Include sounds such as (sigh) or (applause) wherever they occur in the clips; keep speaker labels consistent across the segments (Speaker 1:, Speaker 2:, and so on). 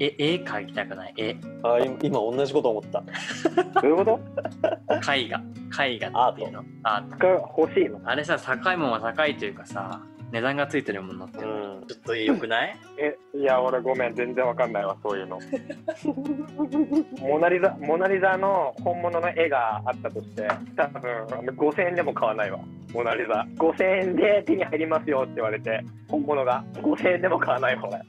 Speaker 1: え、絵描きたくない絵。
Speaker 2: あー今今同じこと思った
Speaker 3: どういうこと
Speaker 1: 絵画。絵画っていうの。アート。
Speaker 3: が欲しいの
Speaker 1: あれさ、高いもんは高いというかさ、値段がついてるものって
Speaker 2: う
Speaker 1: いうの、
Speaker 2: ん
Speaker 1: ちょっと良くない
Speaker 3: えいや俺ごめん全然わかんないわそういうのモナリザモナリザの本物の絵があったとして多分5000円でも買わないわモナリザ5000円で手に入りますよって言われて本物が5000円でも買わないわ俺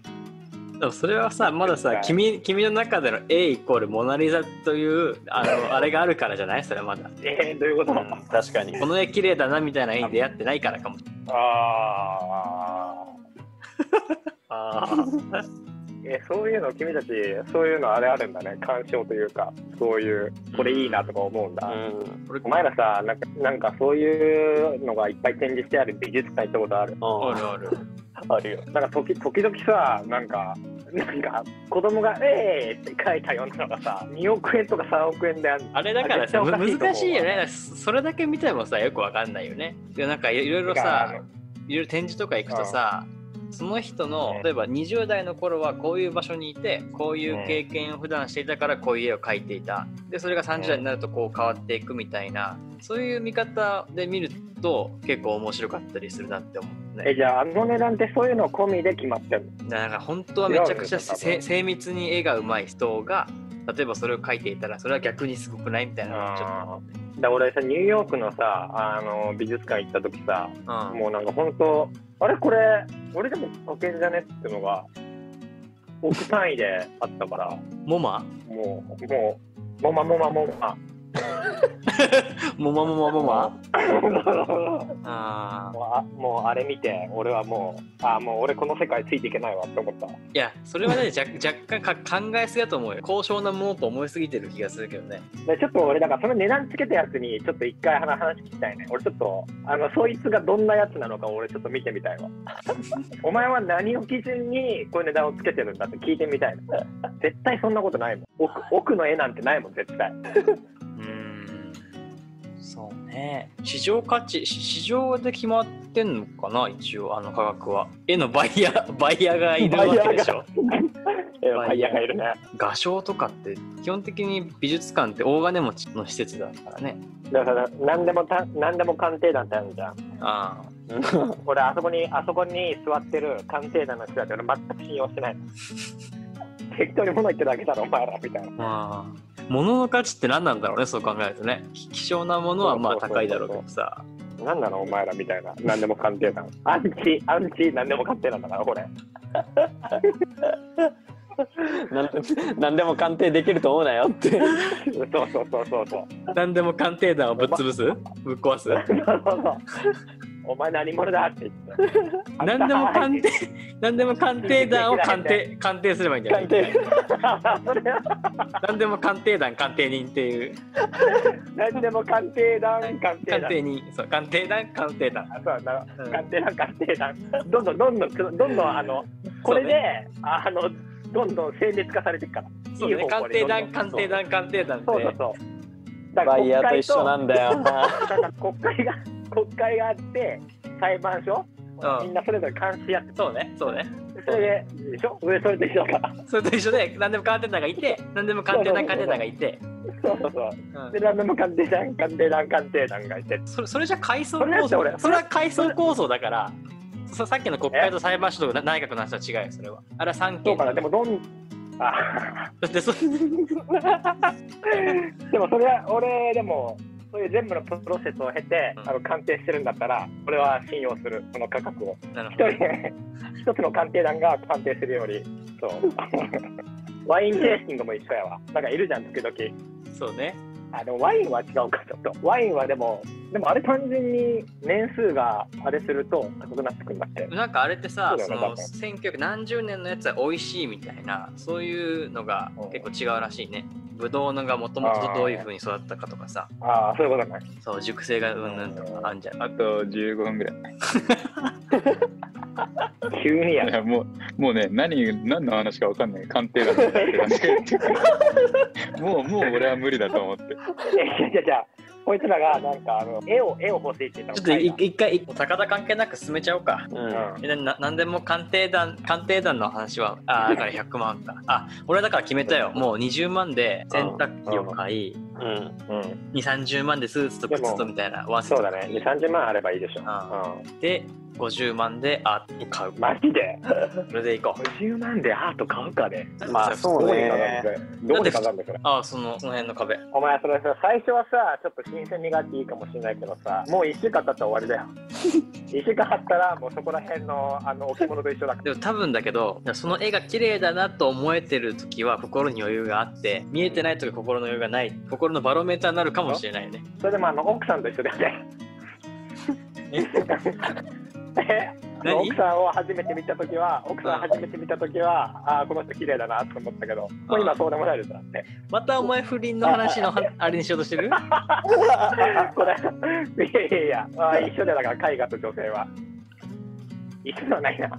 Speaker 1: でもそれはさ、まださ、君君の中での A イコールモナリザという、あ (laughs) の、あれがあるからじゃないそれはまだ。
Speaker 3: えー、どういうこと、
Speaker 2: うん確かに
Speaker 1: この絵綺麗だなみたいな絵に出会ってないからかも。
Speaker 3: ああ
Speaker 1: ああ。
Speaker 3: (laughs) えそういうの君たちそういうのあれあるんだね鑑賞というかそういうこれいいなとか思うんだ、
Speaker 2: うん
Speaker 1: これ
Speaker 3: お前らさなんかなんかそういうのがいっぱい展示してある美術館行ったことある
Speaker 1: あ
Speaker 2: あ
Speaker 1: るある。
Speaker 2: あるよ
Speaker 3: なんか時時々さなんかなんか子供が「ええー!」って書いたようなのがさ2億円とか3億円である
Speaker 1: あれだからさ、
Speaker 3: あ絶対おかしいと思うわ
Speaker 1: 難しいよね。それだけ見てもさ、よくわかんないよね。で、なんかいろいろ
Speaker 3: だか
Speaker 1: さ
Speaker 3: ら、
Speaker 1: いろいろ展示とか行くとさ、その人の
Speaker 3: うん
Speaker 1: 例えば20代の頃はこういう場所にいてこういう経験を普段していたからこういう絵を描いていたでそれが30代になるとこう変わっていくみたいなそういう見方で見ると結構面白かったりするなって思う
Speaker 3: え
Speaker 1: ね
Speaker 3: じゃああの値段ってそういうの込みで決まってる
Speaker 1: だから本当はめちゃくちゃ
Speaker 3: 違うよね多分
Speaker 1: せ精密に絵が上手い人が例えばそれを描いていたらそれは逆にすごくないみたいなのがちょっと思って
Speaker 3: だから俺さニューヨークのさあの美術館行った時さ
Speaker 1: うん
Speaker 3: もうなんか本当あれこれ俺でも書けんじゃねってのが億単位であったから
Speaker 1: モマ
Speaker 3: もうもうもまもまもま
Speaker 1: モマモマモマあー
Speaker 3: もうあもうあれ見て俺はもうあもう俺この世界ついていけないわって思った
Speaker 1: いやそれはね若 (laughs) 若干か考えすぎだと思うよ高尚なものと思いすぎてる気がするけどね
Speaker 3: でちょっと俺だからその値段つけたやつにちょっと一回話話聞きたいね俺ちょっとあのそいつがどんなやつなのか俺ちょっと見てみたい (laughs) わお前は何を基準にこういう値段をつけてるんだって聞いてみたいな絶対そんなことないもん奥奥の絵なんてないもん絶対
Speaker 1: うーんそうね市場価値し市場で決まってんのかな一応あの価格は絵のバイヤー (laughs) バイヤーがいるわけでしょ
Speaker 3: えバイヤーがいるね
Speaker 1: 画商とかって基本的に美術館って大金持ちの施設だからね
Speaker 3: だから何でもた何でも鑑定団ってあるじゃん
Speaker 1: あ
Speaker 3: 俺あそこにあそこに座ってる鑑定団の人だって俺全く信用してないの適当に物言ってるだけだろお前らみたいな
Speaker 1: あまあ物の価値って何なんだろうねそう考えるとね希希少なものはまあ
Speaker 3: そうそうそう
Speaker 1: 高
Speaker 3: そう
Speaker 1: いだろうけどさ
Speaker 3: 何なのお前らみたいな何でも鑑定団アンチアンチ何でも鑑定団だからこれ
Speaker 2: なん何でも鑑定できると思うなよ (laughs) って
Speaker 3: そうそうそうそうそう
Speaker 1: 何でも鑑定団をぶっ潰すぶっ壊す
Speaker 3: そうそうそうお前何者だって言って
Speaker 1: 何でも鑑
Speaker 3: (laughs)
Speaker 1: 定、何でも鑑定団を鑑定、鑑定すればいいんじゃない
Speaker 2: 鑑定
Speaker 3: (laughs) それは
Speaker 1: 何でも鑑定団、鑑定人っていう。
Speaker 3: 何でも鑑定団鑑定
Speaker 1: 鑑
Speaker 3: 団
Speaker 1: 定人、そう、鑑定団、鑑定団。
Speaker 3: あそうな
Speaker 1: うん
Speaker 3: 鑑定団鑑定団どんどんどんどんどんどんあのこれ
Speaker 1: そう
Speaker 3: で、あのどんどん精密化されていくから
Speaker 1: そうね、鑑定団、
Speaker 3: 団
Speaker 1: 鑑定団、鑑定団って。
Speaker 3: そうそうそうだから
Speaker 2: バイ
Speaker 3: 国
Speaker 2: ヤーと
Speaker 3: 会
Speaker 2: 一緒なんだよな
Speaker 3: だから国会が国会があって裁判所、
Speaker 1: うん
Speaker 3: みんなそれぞれ監視やって
Speaker 1: そうね、そうね。
Speaker 3: それででしょ上それと一緒だから
Speaker 1: それと一緒で、何でも鑑定団がいて、何でも鑑定団、鑑定団がいて。
Speaker 3: そうそうそう
Speaker 1: うん
Speaker 3: で何でも鑑定団鑑定団鑑定団がいて
Speaker 1: それ、それじゃ階層
Speaker 3: それだ
Speaker 1: 構
Speaker 3: って
Speaker 1: 造
Speaker 3: 俺。
Speaker 1: それは階層構造だから。そさっきの国会と裁判所と内閣の話は違うよ、それは。あれは三
Speaker 3: そ
Speaker 1: 権
Speaker 3: う
Speaker 1: (laughs)
Speaker 3: かなでもどんあ
Speaker 1: だってそ、
Speaker 3: でもそれは俺でもそういう全部のプロセスを経て、
Speaker 1: うん
Speaker 3: あの鑑定してるんだったら俺は信用するこの価格を
Speaker 1: なるほ
Speaker 3: 一
Speaker 1: ど。
Speaker 3: 人 (laughs) 一つの鑑定団が鑑定するよりそう (laughs) ワインテイスティングも一緒やわなんかいるじゃん時々
Speaker 1: そうね。
Speaker 3: あのワインは違うかちょっとワインはでもでもあれ単純に年数があれすると高くなってくるんだって
Speaker 1: なんかあれってさ
Speaker 3: そ
Speaker 1: そう
Speaker 3: だ
Speaker 1: の
Speaker 3: よね
Speaker 1: 1900何十年のやつは美味しいみたいなそういうのが
Speaker 3: うん
Speaker 1: 結構違うらしいねぶどうのがもとも
Speaker 3: あ
Speaker 1: と
Speaker 3: ー
Speaker 1: どういうふうに育ったかとかさ
Speaker 3: ああそういうことね
Speaker 1: そう熟成がうんぬんとか
Speaker 3: うん
Speaker 1: あんじゃん
Speaker 4: あと15分ぐらい。
Speaker 3: 急にや
Speaker 1: (laughs)
Speaker 4: い
Speaker 3: る
Speaker 4: やもうもうね何何の話か分かんない鑑定団みたいな話が言ってくるもうもう俺は無理だと思って。
Speaker 3: えじゃあじゃあこいつらがなんかあの絵を絵を欲しいって言った
Speaker 1: ちょ
Speaker 3: の
Speaker 1: っとい
Speaker 3: 絵画
Speaker 1: 一回、もう高田関係なく進めちゃおうか。
Speaker 2: うん。
Speaker 1: えなな何でも鑑定団鑑定団の話はあーだから100万かあ俺はだから決めたよもう20万で洗濯機を買い
Speaker 2: うん。
Speaker 3: うん、うん、
Speaker 1: 2 3 0万でスーツと靴とみたいなワンセッ
Speaker 3: そう
Speaker 1: ト
Speaker 3: だ
Speaker 1: 買
Speaker 3: ね
Speaker 1: い
Speaker 3: 2 3 0万あればいいでしょ、
Speaker 1: あ
Speaker 3: う、
Speaker 1: で50万でアート買うん
Speaker 3: マジで
Speaker 1: それでいこう
Speaker 3: 50万でアート買うかで、ね、
Speaker 2: まあそうね
Speaker 3: どこで飾るんだそれ
Speaker 1: ああそのその辺の壁
Speaker 3: お前それさ最初はさちょっと新鮮味があっていいかもしれないけどさもう1週間経ったら終わり (laughs) だよ1週間経ったらもうそこら辺のあの置物と一緒だから
Speaker 1: でも多分だけどその絵が綺麗だなと思えてる時は心に余裕があって見えてない時は心の余裕がない心のバロメーターになるかもしれないね
Speaker 3: それでもあの奥さんと一緒だよねえあの
Speaker 1: 何
Speaker 3: 奥さんを初めて見た時は奥さん初めて見た時はああーこの人綺麗だなと思ったけどもう今そうでもないですだって
Speaker 1: またお前不倫の話のは (laughs) あれにしようとしてる
Speaker 3: (laughs) これいやいやいやあー一緒だよだから絵画と女性は一緒ではないな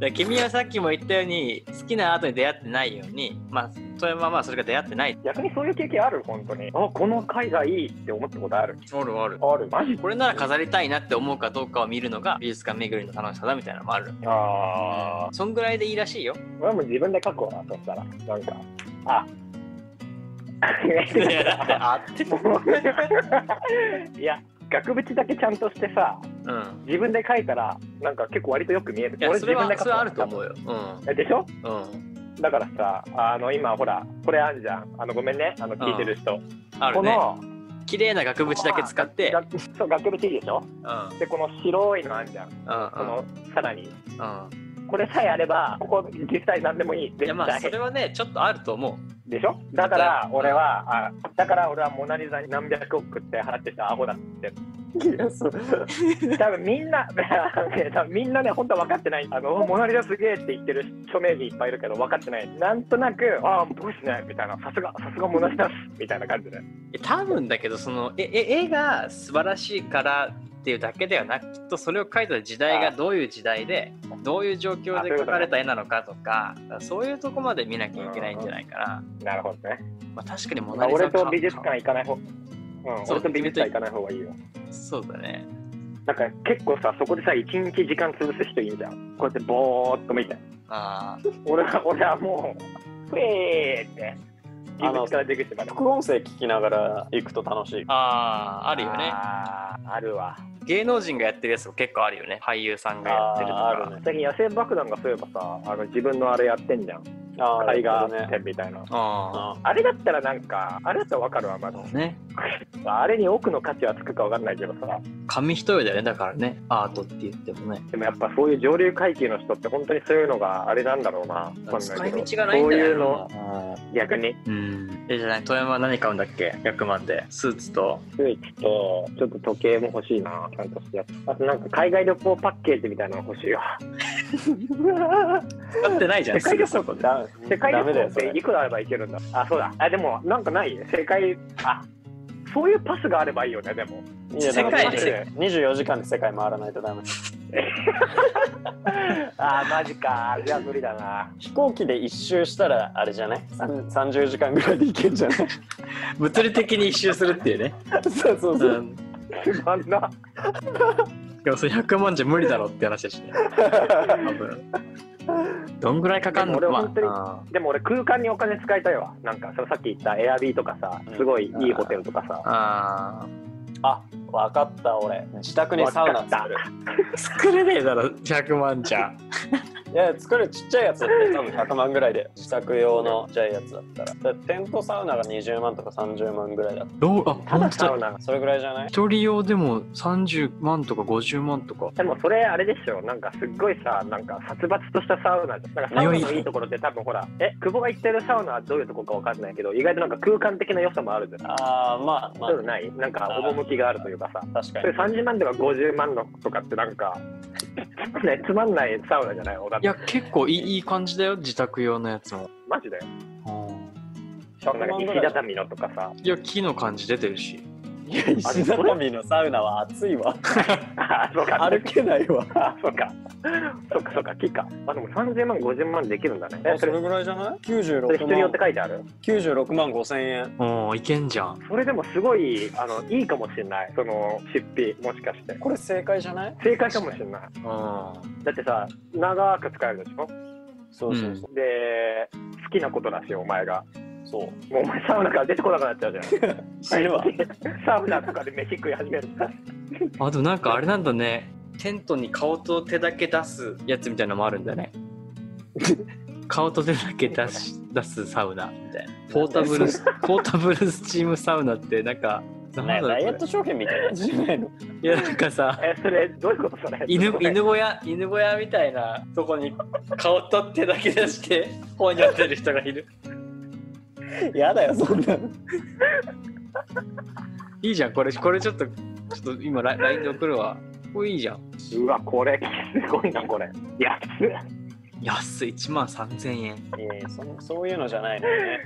Speaker 1: で君はさっきも言ったように好きなアートに出会ってないようにまあそれはまあそれが出会ってない
Speaker 3: 逆にそういう経験ある本当にあこの絵画いいって思ったことある
Speaker 1: あるある
Speaker 3: あるマジ
Speaker 1: これなら飾りたいなって思うかどうかを見るのが美術館巡りの楽しさだみたいなのもある
Speaker 3: ああ
Speaker 1: そんぐらいでいいらしいよ
Speaker 3: 俺も自分で書くわなそしたらなんかあ (laughs)
Speaker 1: いやだってあって (laughs) も
Speaker 3: いや額縁だけちゃんとしてさ
Speaker 1: うん
Speaker 3: 自分で書いたらなんか結構割とよく見える
Speaker 1: いやそれは
Speaker 3: で
Speaker 1: それはあると思う
Speaker 3: よ
Speaker 1: ようん
Speaker 3: でしょ
Speaker 1: うん
Speaker 3: だからさあの今ほらこれあんじゃんあのごめんねあの聞いてる人、
Speaker 1: ある
Speaker 3: こ
Speaker 1: ね
Speaker 3: の
Speaker 1: 綺麗な額縁だけ使って
Speaker 3: がそう額縁いいでしょ
Speaker 1: うんうん
Speaker 3: でこの白いのあんじゃんこ
Speaker 1: うん
Speaker 3: のさら
Speaker 1: う
Speaker 3: に
Speaker 1: ん
Speaker 3: これさえあればここ実際何でもいい絶
Speaker 1: いや
Speaker 3: 対
Speaker 1: まあそれはねちょっとあると思う
Speaker 3: でしょだから俺はあだから俺はモナ・リザに何百億って払ってた
Speaker 1: (laughs)
Speaker 3: アホだって
Speaker 2: いや、そう。
Speaker 3: 多分みんな (laughs) 多分みんなね本当は分かってないあのモナ・リザすげえって言ってる著名人いっぱいいるけど分かってないなんとなくああどうしないみたいなさすがさすがモナ・リザっすみたいな感じで
Speaker 1: え多分だけどそのええ絵が素晴らしいからっていうだけではなくきっとそれを描いた時代がどういう時代でどういう状況で描かれた絵なのかとかそういうとこまで見なきゃいけないんじゃないかな、
Speaker 3: なるほどね
Speaker 1: まあ、確かにモ
Speaker 3: ま
Speaker 1: ナ
Speaker 3: あ
Speaker 1: リザ
Speaker 3: 俺
Speaker 1: か
Speaker 3: と美術館行かない方うん、
Speaker 1: そう
Speaker 3: 俺と美術館行かない方がいいよ
Speaker 1: そうだね
Speaker 3: なんか結構さそこでさ一日時間潰す人いるじゃんこうやってぼーっと見て
Speaker 1: あ
Speaker 3: 俺は俺はもうふえーって
Speaker 2: あの
Speaker 3: 技術から出口まで
Speaker 2: 副音声聞きながら行くと楽しい
Speaker 1: ー。あーあ
Speaker 3: あ
Speaker 1: るよね
Speaker 3: あーあるわ
Speaker 1: 芸能人がやってるやつも結構あるよね俳優さんがやってると
Speaker 2: あーあ
Speaker 1: か
Speaker 2: るね
Speaker 3: 最近野生爆弾がそういえばさあの自分のあれやってんじゃん
Speaker 2: ああ、
Speaker 3: 絵画
Speaker 2: ね。
Speaker 3: 展みたいな
Speaker 1: あ
Speaker 2: あ
Speaker 3: あれだったらなんかあれだったらわかるわま
Speaker 1: あ
Speaker 3: ず
Speaker 1: そうね
Speaker 3: あれに多くの価値はつくかわかんないけどさ
Speaker 1: 紙一重だよねだからねアートって言ってもね
Speaker 3: でもやっぱそういう上流階級の人って本当にそういうのがあれなんだろうなわかん
Speaker 1: 使
Speaker 3: ないけ
Speaker 1: い
Speaker 3: ど
Speaker 1: 道がないんだよな
Speaker 3: そういうの逆に
Speaker 1: うんえじゃない富山は何買うんだっけ100万でスーツと
Speaker 3: スイッチとちょっと時計も欲しいなちゃんとしてあとなんか海外旅行パッケージみたいなの欲しいよ
Speaker 1: 使ってないじゃん
Speaker 3: (laughs) 世界旅行って
Speaker 2: だ
Speaker 3: 世界
Speaker 2: ダメ
Speaker 3: 旅
Speaker 2: だ
Speaker 3: 行
Speaker 2: よ、
Speaker 3: っ
Speaker 2: それ
Speaker 3: てい。くらあればいけるんだあそうだあでもなんかない世界あそういうパスがあればいいよねでも
Speaker 2: いや
Speaker 1: 世界で
Speaker 2: だから24時間で世界回らないとダメ。
Speaker 3: あーマジかじゃあ無理だ (laughs) な
Speaker 2: 飛行機で一周したら、あれじゃないさん ?30 時間ぐらいで行けんじゃない
Speaker 1: (laughs)
Speaker 2: (laughs)
Speaker 1: 物理的に一周するっていうね、
Speaker 2: そうそうそうう。
Speaker 1: ん、
Speaker 3: つまんな
Speaker 1: でもそれ100万じゃ無理だろって話だしね多分どんぐらいかかんの
Speaker 3: でも俺本当に
Speaker 1: ま
Speaker 3: でも俺空間にお金使いたいわなんかそのさっき言ったエアビーとかさすごいいいホテルとか
Speaker 1: あ
Speaker 3: さ
Speaker 1: あ
Speaker 2: あ、わかった、俺。自宅にサウナ作る。
Speaker 1: ー作れねえだろ100万じゃ
Speaker 2: いや作るちっちゃいやつだって多分100万ぐらいで自宅用のちっちゃいやつだったらだってテントサウナが20万とか30万ぐらいだっ
Speaker 1: どうあ
Speaker 3: た
Speaker 1: 本
Speaker 3: だ
Speaker 1: 当
Speaker 3: サ
Speaker 1: だ
Speaker 3: ウナ
Speaker 2: たそれぐらいじゃない
Speaker 1: 一人用でも30万とか50万とか
Speaker 3: でもそれあれでしょなんかすっごいさなんか殺伐としたサウナじゃんなんかサウナのいいところって多分ほらえ久保が言ってるサウナはどういうところかわかんないけど意外となんか空間的な良さもあるじゃん
Speaker 2: ああまあま
Speaker 3: そういうのないなんか趣があるというか
Speaker 2: あ
Speaker 3: さ
Speaker 2: 確か
Speaker 3: それ30万とか50万のとかってなんか、 (laughs) ね、つまんないサウナじゃないのだ
Speaker 1: い
Speaker 3: って
Speaker 1: や結構いいいい感じだよ自宅用のやつも
Speaker 3: マジだよ
Speaker 2: に
Speaker 3: なんか石畳のとかさ
Speaker 1: いや木の感じ出てるし
Speaker 2: いいや、石畳のサウナは暑いわ。
Speaker 3: あそうか
Speaker 2: 歩けないわ。
Speaker 3: あそうかそうかそうか木かあでも30万50万できるんだね (laughs) え
Speaker 2: そ
Speaker 3: それ
Speaker 2: れぐらいじゃない
Speaker 3: それ人
Speaker 2: ?96
Speaker 3: によ
Speaker 2: 万
Speaker 3: って。書いてある
Speaker 2: 96万5千円。
Speaker 1: おーいけんじゃん
Speaker 3: それでもすごいあのいいかもしれないその出費もしかして
Speaker 2: これ正解じゃない
Speaker 3: 正解かもしれないだってさ長く使えるでしょ
Speaker 2: そうそうそ
Speaker 3: で好きなことだしお前が
Speaker 2: う。そう。
Speaker 3: もうお前サウナから出てこなくなっちゃうじゃん
Speaker 2: 死ぬわ。
Speaker 3: (laughs) サウナとかで飯食い始めるんだ。
Speaker 1: あとなんかあれなんだねテントに顔と手だけ出すやつみたいなのもあるんだ (laughs) ね顔と手だけ出し出すサウナみたいなポータブルスポータブルスチームサウナってなんかなんだ
Speaker 2: ね
Speaker 1: ろう
Speaker 2: ダイエッ
Speaker 1: こ
Speaker 2: ト商品みたいなやつじゃないの
Speaker 1: れいやなんかさ
Speaker 3: (laughs) え、それ、どういうことそれ
Speaker 1: 犬
Speaker 3: それ
Speaker 1: 犬小屋犬小屋みたいなとこに顔と手だけ出して本読んでる人がいる
Speaker 2: やだよ、そんなの。
Speaker 1: いいじゃんこれこれちょっとちょっと今ラ LINE で送るわこれいいじゃん
Speaker 3: うわ、これ、すごいな、これ。安っ。
Speaker 1: 安い1万3000円
Speaker 2: いやいやそ、そういうのじゃないのよね。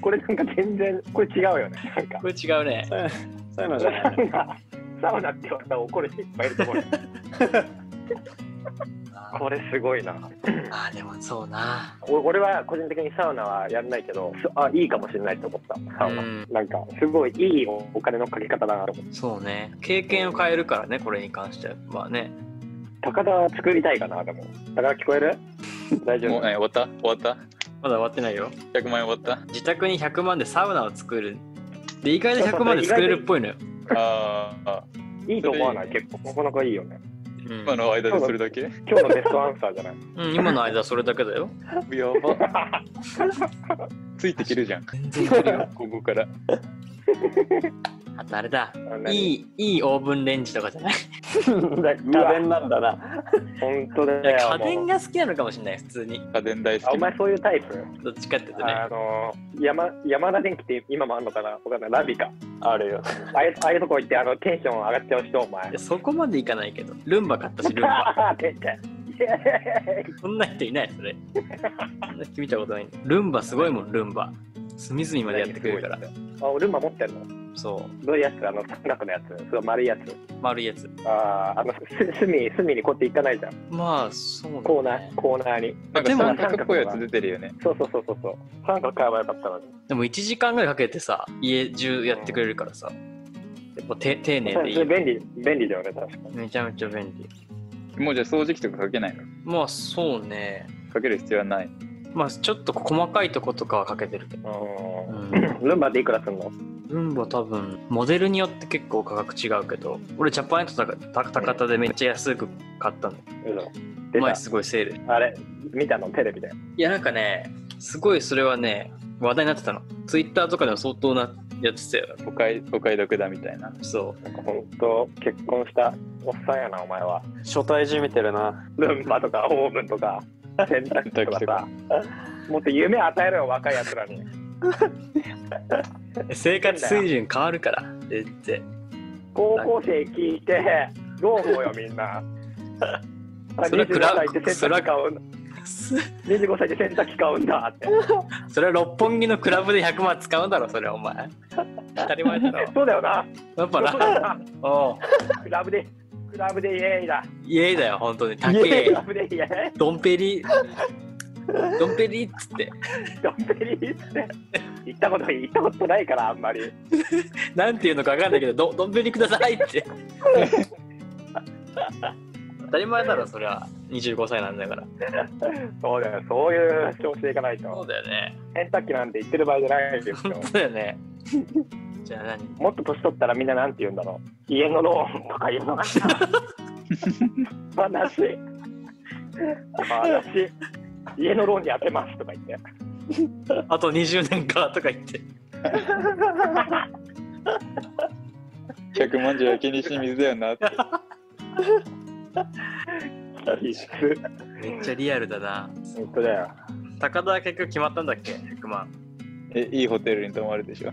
Speaker 3: これなんか全然、これ違うよね。な
Speaker 2: (laughs)
Speaker 3: んか、
Speaker 1: これ違うね
Speaker 2: そういうそういうのじ
Speaker 3: サ
Speaker 2: ゃないのよ
Speaker 3: ウナ、サウナって言われたら怒る人いっぱいいると思うよ。これすごいな。
Speaker 1: あーでもそうな
Speaker 3: お俺は個人的にサウナはやんないけど、そあ、いいかもしれないと思った、サウナ。
Speaker 1: うん
Speaker 3: なんか、すごいいいおお金のかけ方だなと思って。
Speaker 1: そうね経験を変えるからねこれに関してはね
Speaker 3: 高田は作りたいかな、でも。高田聞こえる大丈
Speaker 4: もう、
Speaker 3: 夫。
Speaker 4: え終わった終わっ
Speaker 1: まだ終わってないよ
Speaker 4: た ?100 万円終わっ
Speaker 1: 自宅に100万でサウナを作るで意外と100万で作れるっぽいのよ、
Speaker 4: たあーあー、
Speaker 3: いいと思わない結構、なかなかいいよね。
Speaker 1: うん
Speaker 4: 今の間でそれだけや
Speaker 3: 今日のベストアンサーじゃない。
Speaker 1: うん今の間はそれだけだよ
Speaker 4: ば。ついてきるじゃん。
Speaker 1: 全然いけるよ
Speaker 4: ここから。
Speaker 1: あとあれだ (laughs)
Speaker 3: い。
Speaker 1: いいいいオーブンレンジとかじゃない
Speaker 2: だから家電なんだな。
Speaker 3: 本当だよ。
Speaker 1: 家電
Speaker 3: も
Speaker 1: が好きなのかもしれない普通に
Speaker 4: 家電大
Speaker 3: うあ
Speaker 4: 好
Speaker 3: お
Speaker 4: き。
Speaker 3: 前そういうタイプ
Speaker 1: どっちかっていうとね
Speaker 3: あの山山田電機って今もあんのかなわかんないラビか
Speaker 2: あるよ。
Speaker 3: ああいうああいうとこ行ってあのテンション上がっちゃう人お前
Speaker 1: いやそこまでいかないけどルンバ買ったしルンバ
Speaker 3: (laughs) テンションイエーイ
Speaker 1: そんな人いないそれそんな人見たことないルンバすごいもんルンバ隅々までやってくれるから
Speaker 3: あ俺今持ってんの
Speaker 1: そ
Speaker 3: どういうやつあの三角のやつその丸いやつ
Speaker 1: う丸いやつ
Speaker 3: あーあのす隅隅にこうやって行かないじゃん
Speaker 1: まあそうなんだね
Speaker 3: コーナーコーナーに
Speaker 4: なん
Speaker 1: で
Speaker 4: か
Speaker 1: も
Speaker 4: 三角っぽいやつ出てるよね。
Speaker 3: そうそうそうそうそう三角買えばよかったのに
Speaker 1: でも1時間ぐらいかけてさ家中やってくれるからさやっぱて丁寧
Speaker 3: そ
Speaker 1: で
Speaker 3: れ
Speaker 1: い
Speaker 3: そ
Speaker 1: い
Speaker 3: れ便利便利だよね確かに
Speaker 1: めちゃめちゃ便利
Speaker 4: もうじゃあ掃除機とかかけないの
Speaker 1: まあそうね
Speaker 4: かける必要はない。
Speaker 1: まあちょっと細かいとことかはかけてるけど、う、
Speaker 3: うんんルンバでいくらすんの
Speaker 1: ルンバ多分モデルによって結構価格違うけど俺ジャパンエット高高田でめっちゃ安く買ったの
Speaker 3: 出
Speaker 1: 前
Speaker 3: た
Speaker 1: すごいセール
Speaker 3: あれ見たのテレビで
Speaker 1: いやなんかねすごいそれはね話題になってたのツイッターとかでも相当なやってたよ
Speaker 4: お買いお買い得だみたいな。
Speaker 1: そ
Speaker 3: なんか本当結婚したおっさんやなお前は
Speaker 2: 初対じみてるな。
Speaker 3: ルンバとかオーブンとか洗濯機とかさもっと夢与えろよ若いやつらに
Speaker 1: う生活水準変わるから全然
Speaker 3: (laughs) 高校生聞いてどう思うよみんな
Speaker 1: (laughs) それは
Speaker 3: 25歳で洗濯機買うんだ
Speaker 1: す
Speaker 3: 25歳で洗濯機買うん
Speaker 1: (laughs)
Speaker 3: だって
Speaker 1: それは六本木のクラブで100万使うんだろそれお前当たり前だろ
Speaker 3: そうだよな
Speaker 1: やっぱ
Speaker 3: そうだ
Speaker 1: な
Speaker 3: よな
Speaker 1: おう
Speaker 3: クラブでクラブでイエーイだ
Speaker 1: 家だよ本当に高
Speaker 3: ク
Speaker 1: え
Speaker 3: ラブでイエーイ
Speaker 1: ドンペリドンペリっつって
Speaker 3: ドンペリって行ったこと行ったことないからあんまり
Speaker 1: なんていうのか分かんないけどどドンペリください
Speaker 3: (laughs)
Speaker 1: って当たり前だろそれは25歳なんだから
Speaker 3: そうだよそういう調子でいかない
Speaker 1: そう
Speaker 3: と
Speaker 1: だよね
Speaker 3: 洗濯機なんて言ってる場合じゃないですよ
Speaker 1: 本当だよねじゃあ何
Speaker 3: もっと年取ったらみんななんて言うんだろう家のローンとか言うのがさ悲しい悲しい家のローンに当てますとか言って
Speaker 1: あと20年かとか言って
Speaker 4: 100万じゃ焼けにし水だよなって。
Speaker 3: 必須
Speaker 1: めっちゃリアルだな
Speaker 3: 本当だよ
Speaker 1: 高田は結局決まったんだっけ100万
Speaker 4: え、いいホテルに泊まるでしょ。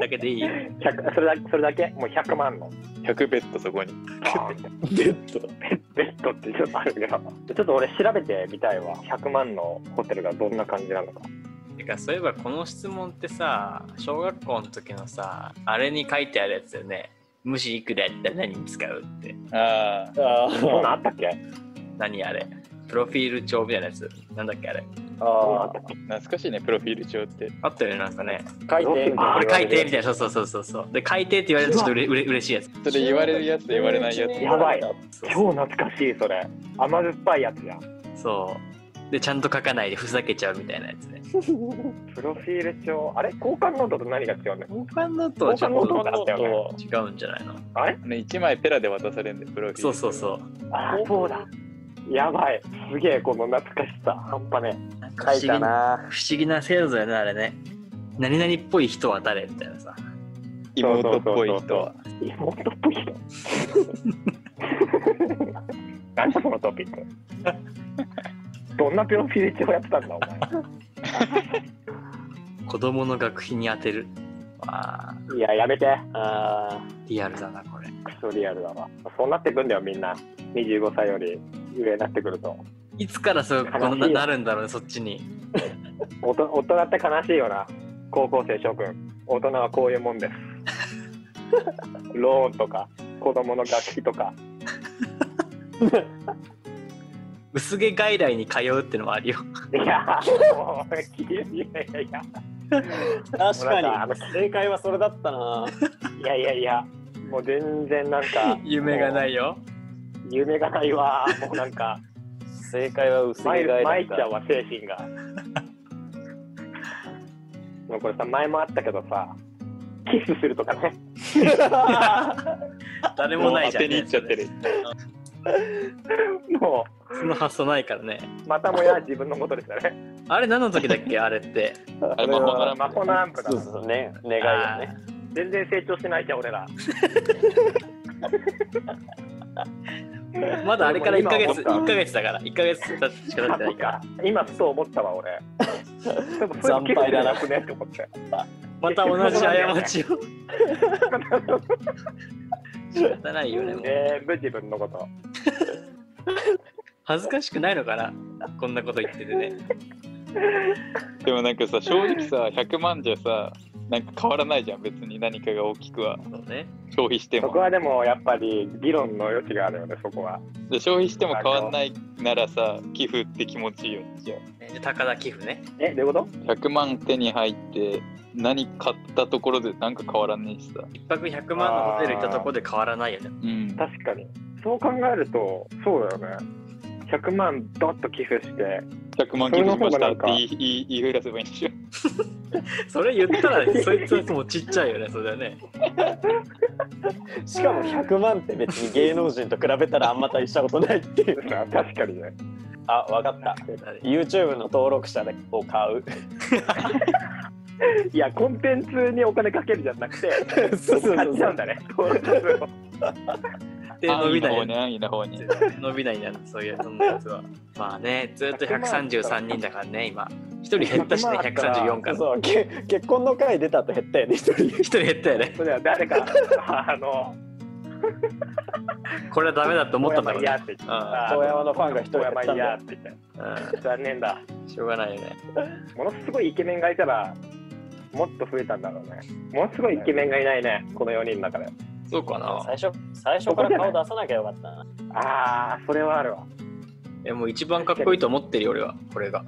Speaker 1: だけでいい
Speaker 3: 100それだそれだけもう100万の
Speaker 4: 100ベッドそこに。
Speaker 3: バーンって
Speaker 2: ベッド。
Speaker 3: ベッドってちょっとあるけどちょっと俺調べてみたいわ100万のホテルがどんな感じなのか
Speaker 1: てかそういえばこの質問ってさ小学校の時のさあれに書いてあるやつだよね無視いくらやったら何に使うって
Speaker 4: ああ、
Speaker 2: あ (laughs)
Speaker 3: そん
Speaker 2: ー
Speaker 3: なんあったっけ
Speaker 1: 何あれプロフィール帳みたいなやつなんだっけあれ
Speaker 2: あ
Speaker 4: 懐かしいね、プロフィール帳って。
Speaker 1: あったよねなんかね
Speaker 2: ー書いてみたいな
Speaker 1: これ書いてみたいなそうそうそうそうそうで書いてって言われるとちょっとうれうれ嬉しいやつ
Speaker 4: それ言われるやつ、言われないやつ。
Speaker 3: やばい
Speaker 1: そうそう
Speaker 3: 超懐かしいそれ甘酸っぱいやつじゃん
Speaker 1: そうでちゃんと書かないでふざけちゃうみたいなやつね
Speaker 3: プロフィール帳あれ交換ノートと何が違うの
Speaker 1: 交換ノートはちょ
Speaker 3: 交換ノー
Speaker 1: っ
Speaker 3: トだったよね
Speaker 1: と違うんじゃないの
Speaker 4: あの一枚ペラで渡されるんで、プロフィール。
Speaker 1: そうそうそう
Speaker 3: ああそうだやばいすげえこの懐かしさ半端ね
Speaker 1: なんか不思
Speaker 2: 書い
Speaker 1: 議
Speaker 2: た
Speaker 1: な
Speaker 2: な
Speaker 1: 不思議な制度だよねあれね何々っぽい人は誰みたいなさ
Speaker 4: 妹っぽい人は。
Speaker 3: え妹っぽい人 (laughs) 何だそのトピックどんなプロフィール帳やってたんだお
Speaker 1: 子供の学費に当てるわあ
Speaker 3: 前いややめて
Speaker 2: あ
Speaker 1: リアルだなこれ
Speaker 3: クソリアルだわそうなってくんだよみんな25歳より上になってくると
Speaker 1: いつからそうこのな
Speaker 3: 悲しいよ
Speaker 1: なるんだろうねそっちに
Speaker 3: おと大人って悲しいよな高校生諸君大人はこういうもんですローンとか子供の学費とか
Speaker 1: 薄毛外来に通うってのもあ
Speaker 4: (laughs)
Speaker 1: るよ
Speaker 3: いやもういやいやいや
Speaker 2: ー確かにあの正解はそれだったない
Speaker 3: やいやいやもう全然なんか
Speaker 1: (laughs) 夢がないいよ
Speaker 3: 夢がないわもうなんか
Speaker 2: 正解は薄毛
Speaker 3: 参
Speaker 2: 外
Speaker 3: る参
Speaker 2: 来
Speaker 3: っ
Speaker 2: だ
Speaker 3: ちゃうわ精神がもうこれさ前もあったけどさキスするとかね
Speaker 1: 誰もないじゃん、
Speaker 4: もう当てに行っちゃってる。
Speaker 3: も
Speaker 1: その発想ないからね
Speaker 3: うまたもや自分のことでしたね
Speaker 1: あれ何の時だっ
Speaker 4: (laughs)
Speaker 1: けあれって
Speaker 4: あれ、魔法のランプ
Speaker 3: 魔法のアンプだ
Speaker 2: そうそうそうね願いだね
Speaker 3: 全然成長しないじゃん俺
Speaker 2: (laughs)
Speaker 3: ら
Speaker 1: まだあれから1ヶ月
Speaker 3: 今思
Speaker 1: 1ヶ月だから1ヶ月しか経ってないから
Speaker 3: 今ふと思ったわ (laughs) 俺でも
Speaker 2: 惨敗だな
Speaker 3: そういうの結構良くねって思 (laughs) って
Speaker 1: また同じ過ち
Speaker 4: (laughs)
Speaker 1: を仕方ないよねもう
Speaker 3: 全部自分のこと
Speaker 1: 恥ずかしくないのかなこんなこと言っててね
Speaker 4: でもなんかさ、正直さ、100万じゃさ、なんか変わらないじゃん、別に何かが大きくは。
Speaker 1: そうね
Speaker 4: 消費して
Speaker 3: そ
Speaker 4: も
Speaker 3: こ。はでもやっぱり議論の余地があるよねそこは
Speaker 4: で消費しても変わんないならさ、寄付って気持ちいいよね。じゃ
Speaker 1: で高田寄付ね
Speaker 3: えどういうこと
Speaker 4: あ100万手に入って、何買ったところでなんか変わらんねえしさ。
Speaker 1: 一泊100万のホテル行ったとこで変わらないよね
Speaker 4: うん。
Speaker 3: 確かにそう考えるとそうだよね100万ドッと寄付して (laughs)
Speaker 4: 100万寄付しましたって言い言い言いふらせばいいんでしょ。
Speaker 1: それ言ったら (laughs) そいつもうちっちゃいよねそれはね
Speaker 2: しかも100万って別に芸能人と比べたらあんま大したことないっていう
Speaker 3: 確かにね
Speaker 2: あわかった
Speaker 1: あれ
Speaker 2: YouTube の登録者を買う
Speaker 3: いやコンテンツにお金かけるじゃなくて
Speaker 2: そうそう
Speaker 3: 買っちゃうんだね登録を
Speaker 1: で
Speaker 4: 安
Speaker 1: 伸
Speaker 4: 易
Speaker 1: び
Speaker 4: な
Speaker 1: な
Speaker 4: 方
Speaker 1: い
Speaker 4: に、
Speaker 1: ね
Speaker 4: 安易な方に。
Speaker 1: 伸びないなそういうそんなやつはまあねずっと133人だからね今一人減ったしね134から
Speaker 2: そうけ結婚の回出たと減ったよね一人
Speaker 1: 一人減ったよね
Speaker 3: それは誰かあの
Speaker 1: これはダメだと思ったんだろう
Speaker 3: いや
Speaker 1: ね
Speaker 3: って言って
Speaker 1: うん
Speaker 3: あ
Speaker 2: 遠山のファンが一人
Speaker 3: 遠
Speaker 2: 減った
Speaker 3: 山
Speaker 2: ん
Speaker 3: い
Speaker 2: だ
Speaker 3: や
Speaker 2: よ
Speaker 3: って言って
Speaker 1: う
Speaker 3: 残念だ
Speaker 1: んしょうがないよね
Speaker 3: ものすごいイケメンがいたらもっと増えたんだろうねものすごいイケメンがいないねこの4人の中で
Speaker 1: そうかな
Speaker 2: 最初最初から顔出さなきゃよかったな
Speaker 3: ああそれはあるわ (laughs)
Speaker 1: えもう一番かっこいいと思ってるよ俺はこれが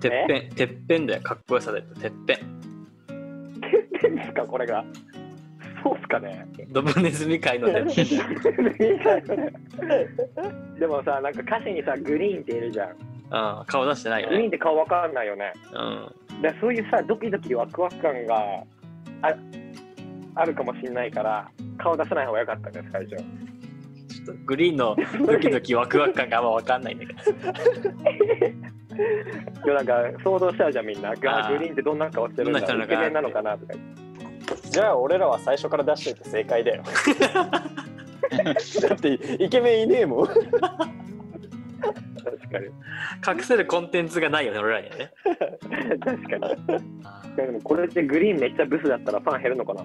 Speaker 1: てっぺんてっぺんだよかっこよさだよてっぺん
Speaker 3: 変ですかこれがそうっすかね
Speaker 1: ドブネズミ界のてっぺんだよ
Speaker 3: (laughs) でもさなんか歌詞にさグリーンっているじゃん
Speaker 1: うん顔出してないよ
Speaker 3: グリーン
Speaker 1: ね
Speaker 3: って顔わかんないよね
Speaker 1: うん
Speaker 3: だからそういうさドキドキワクワク感がああるかもしれないから顔出さない方が良かったね最初
Speaker 1: ちょっとグリーンのドキドキワクワク感があんま分かんないんだけど。
Speaker 3: いやなんか想像しちゃうじゃんみんな
Speaker 1: あ
Speaker 3: が
Speaker 1: ー
Speaker 3: グリーンってどんな顔してるんだ
Speaker 1: どん
Speaker 3: ろ
Speaker 1: な
Speaker 3: うイ
Speaker 1: 人
Speaker 3: ケメ
Speaker 1: な
Speaker 3: ン
Speaker 1: の
Speaker 3: なの
Speaker 1: か
Speaker 3: かなとか言っ
Speaker 2: じゃあ俺らは最初から出していて正解だよ
Speaker 1: (laughs)
Speaker 2: だってイケメンいねえもん
Speaker 3: て確かに
Speaker 1: 隠せるコンテンツがないよね、俺らにはね。
Speaker 3: 確かにいやでもこれってグリーンめっちゃブスだったらファン減るのかない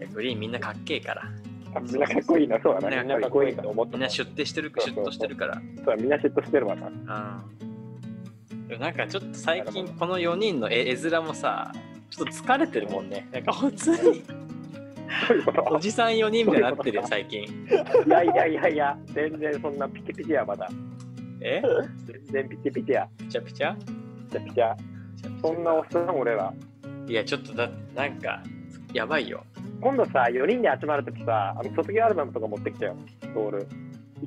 Speaker 1: やグリーンみんなかっけえから。
Speaker 3: あみんなかっこいいなそうだな
Speaker 1: み
Speaker 3: み
Speaker 1: ん
Speaker 3: ん
Speaker 1: な
Speaker 3: な
Speaker 1: か
Speaker 3: か
Speaker 1: っ
Speaker 3: っ
Speaker 1: こ
Speaker 3: こ
Speaker 1: い
Speaker 3: い
Speaker 1: い
Speaker 3: いと思っ
Speaker 1: み
Speaker 3: た
Speaker 1: んな出廷してる、
Speaker 3: そう
Speaker 1: 出
Speaker 3: そうそう
Speaker 1: 頭してるから。
Speaker 3: そうみんな嫉妬してるわな
Speaker 1: うんでもなんかちょっと最近この4人の絵絵面もさちょっと疲れてるもんねなんか普通に
Speaker 3: そういうこと
Speaker 1: おじさん4人みたいになってるよ最近
Speaker 3: いやいやいやいや、全然そんなピキピキやまだ。
Speaker 1: え
Speaker 3: 全然ピキピキや。
Speaker 1: ピチャピチャ
Speaker 3: ピチャピチャ。そんなおっさん俺ら。
Speaker 1: いやちょっとだなんかやばいよ
Speaker 3: 今度さ、4人で集まるときさ、あの卒業アルバムとか持ってきたよ、ドール。ち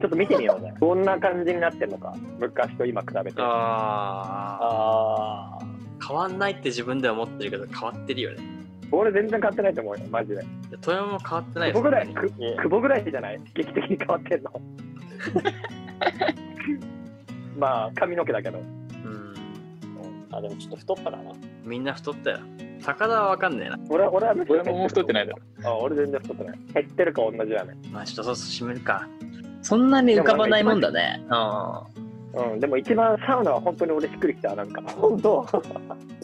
Speaker 3: ょっと見てみようね。どんな感じになってんのか。昔と今比べて。
Speaker 1: あ
Speaker 2: あ
Speaker 1: ー変わんないって自分では思ってるけど変わってるよね
Speaker 3: 俺全然変わってないと思うよ、マジ
Speaker 1: い
Speaker 3: で。
Speaker 1: や富山も変わってない
Speaker 3: 久
Speaker 1: です
Speaker 3: 保ぐらい、
Speaker 1: そんなに
Speaker 3: く久保ぐらいじゃない劇的に変わ
Speaker 4: (laughs)
Speaker 3: ってんの。まあ、髪の毛だけど。
Speaker 1: うん
Speaker 2: ーあでもちょっと太ったかな
Speaker 1: みんな太ったよ高田は分かんねえな
Speaker 3: 俺は、俺はむしろ
Speaker 4: 俺ももう太ってないだろ。
Speaker 3: あ俺全然太ってない。減ってるか同じだね。
Speaker 1: まあちょっとそうそう締めるかそんなに浮かばないもんだねう
Speaker 3: うん、でも一番サウナは本当に俺しっくりきた、
Speaker 4: (laughs)
Speaker 3: なんか。
Speaker 2: 本当
Speaker 3: うん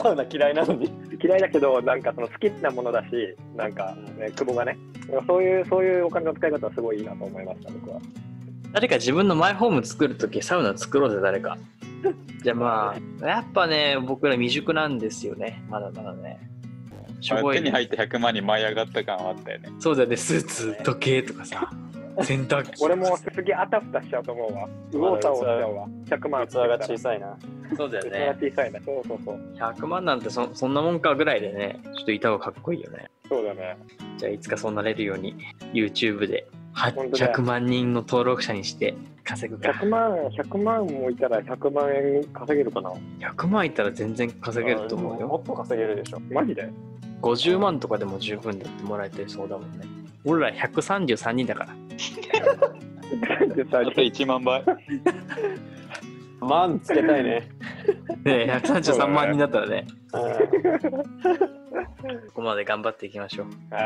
Speaker 2: サウナ嫌いなのに
Speaker 3: 嫌いだけどなんかその好きなものだしなんか、ね、久保がねそういうそういうお金の使い方はすごいいいなと思いました僕は
Speaker 1: ん誰か自分のマイホーム作るときサウナ作ろうぜ
Speaker 3: (laughs)
Speaker 1: 誰かじゃあまあやっぱね僕ら未熟なんですよねまだまだねしょぼ
Speaker 4: 手
Speaker 1: い
Speaker 4: に入って100万に舞い上がった感はあったよね。
Speaker 1: そうだよねスーツ時計とかさ洗濯機
Speaker 3: 俺も次あたふたしちゃうと思うわ右往左往しちゃうわ100万
Speaker 2: 器が小さいな
Speaker 1: そうだよ
Speaker 3: 器
Speaker 1: ね
Speaker 3: が小さいねそうそうそう
Speaker 1: 100万なんてそそんなもんかぐらいでねちょっといた方がかっこいいよね
Speaker 3: そうだね
Speaker 1: じゃあいつかそうなれるように YouTube で
Speaker 3: 本当だよ
Speaker 1: 800万人の登録者にして稼ぐか
Speaker 3: 100万100万もいたら100万円稼げるかな
Speaker 1: 100万いたら全然稼げると思う
Speaker 2: も
Speaker 1: よ
Speaker 2: っと稼げるでしょ
Speaker 3: マジで
Speaker 1: 50万とかでも十分でってもらえてそうだもんね俺ら133人だから
Speaker 3: 絶
Speaker 4: あ
Speaker 3: 対
Speaker 4: と
Speaker 3: に
Speaker 4: 1万倍。
Speaker 2: 万つけたいね、
Speaker 1: ねえ133万人だったらね
Speaker 2: う
Speaker 1: (laughs)
Speaker 2: ん
Speaker 1: ここまで頑張っていきましょう
Speaker 3: (laughs) はい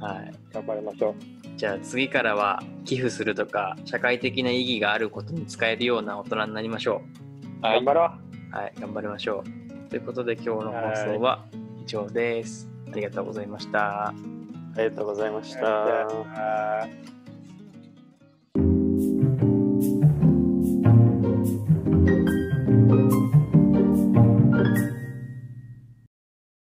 Speaker 1: はい
Speaker 3: 頑張りましょう
Speaker 1: じゃあ次からは寄付するとか社会的な意義があることに使えるような大人になりましょ
Speaker 4: はい
Speaker 3: 頑張ろ
Speaker 1: うはい頑張りましょうということで今日の放送は以上ですありがとうございました
Speaker 2: ありがとうございまし
Speaker 3: う
Speaker 2: た。
Speaker 3: あー